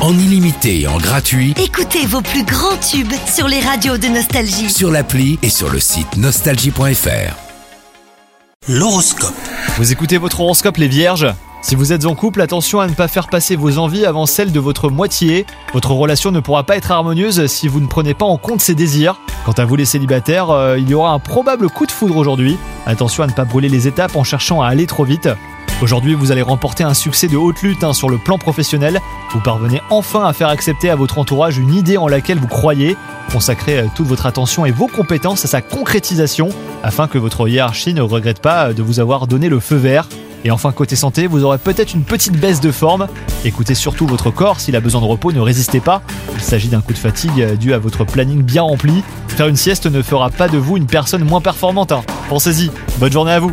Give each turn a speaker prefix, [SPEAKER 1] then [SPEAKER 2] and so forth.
[SPEAKER 1] en illimité et en gratuit
[SPEAKER 2] Écoutez vos plus grands tubes sur les radios de Nostalgie.
[SPEAKER 1] sur l'appli et sur le site nostalgie.fr.
[SPEAKER 3] L'horoscope.
[SPEAKER 4] Vous écoutez votre horoscope les vierges Si vous êtes en couple, attention à ne pas faire passer vos envies avant celles de votre moitié. Votre relation ne pourra pas être harmonieuse si vous ne prenez pas en compte ses désirs. Quant à vous les célibataires, euh, il y aura un probable coup de foudre aujourd'hui. Attention à ne pas brûler les étapes en cherchant à aller trop vite. Aujourd'hui, vous allez remporter un succès de haute lutte hein, sur le plan professionnel. Vous parvenez enfin à faire accepter à votre entourage une idée en laquelle vous croyez. Consacrez euh, toute votre attention et vos compétences à sa concrétisation afin que votre hiérarchie ne regrette pas euh, de vous avoir donné le feu vert. Et enfin, côté santé, vous aurez peut-être une petite baisse de forme. Écoutez surtout votre corps, s'il a besoin de repos, ne résistez pas. Il s'agit d'un coup de fatigue euh, dû à votre planning bien rempli. Faire une sieste ne fera pas de vous une personne moins performante. hein. Pensez-y, bonne journée à vous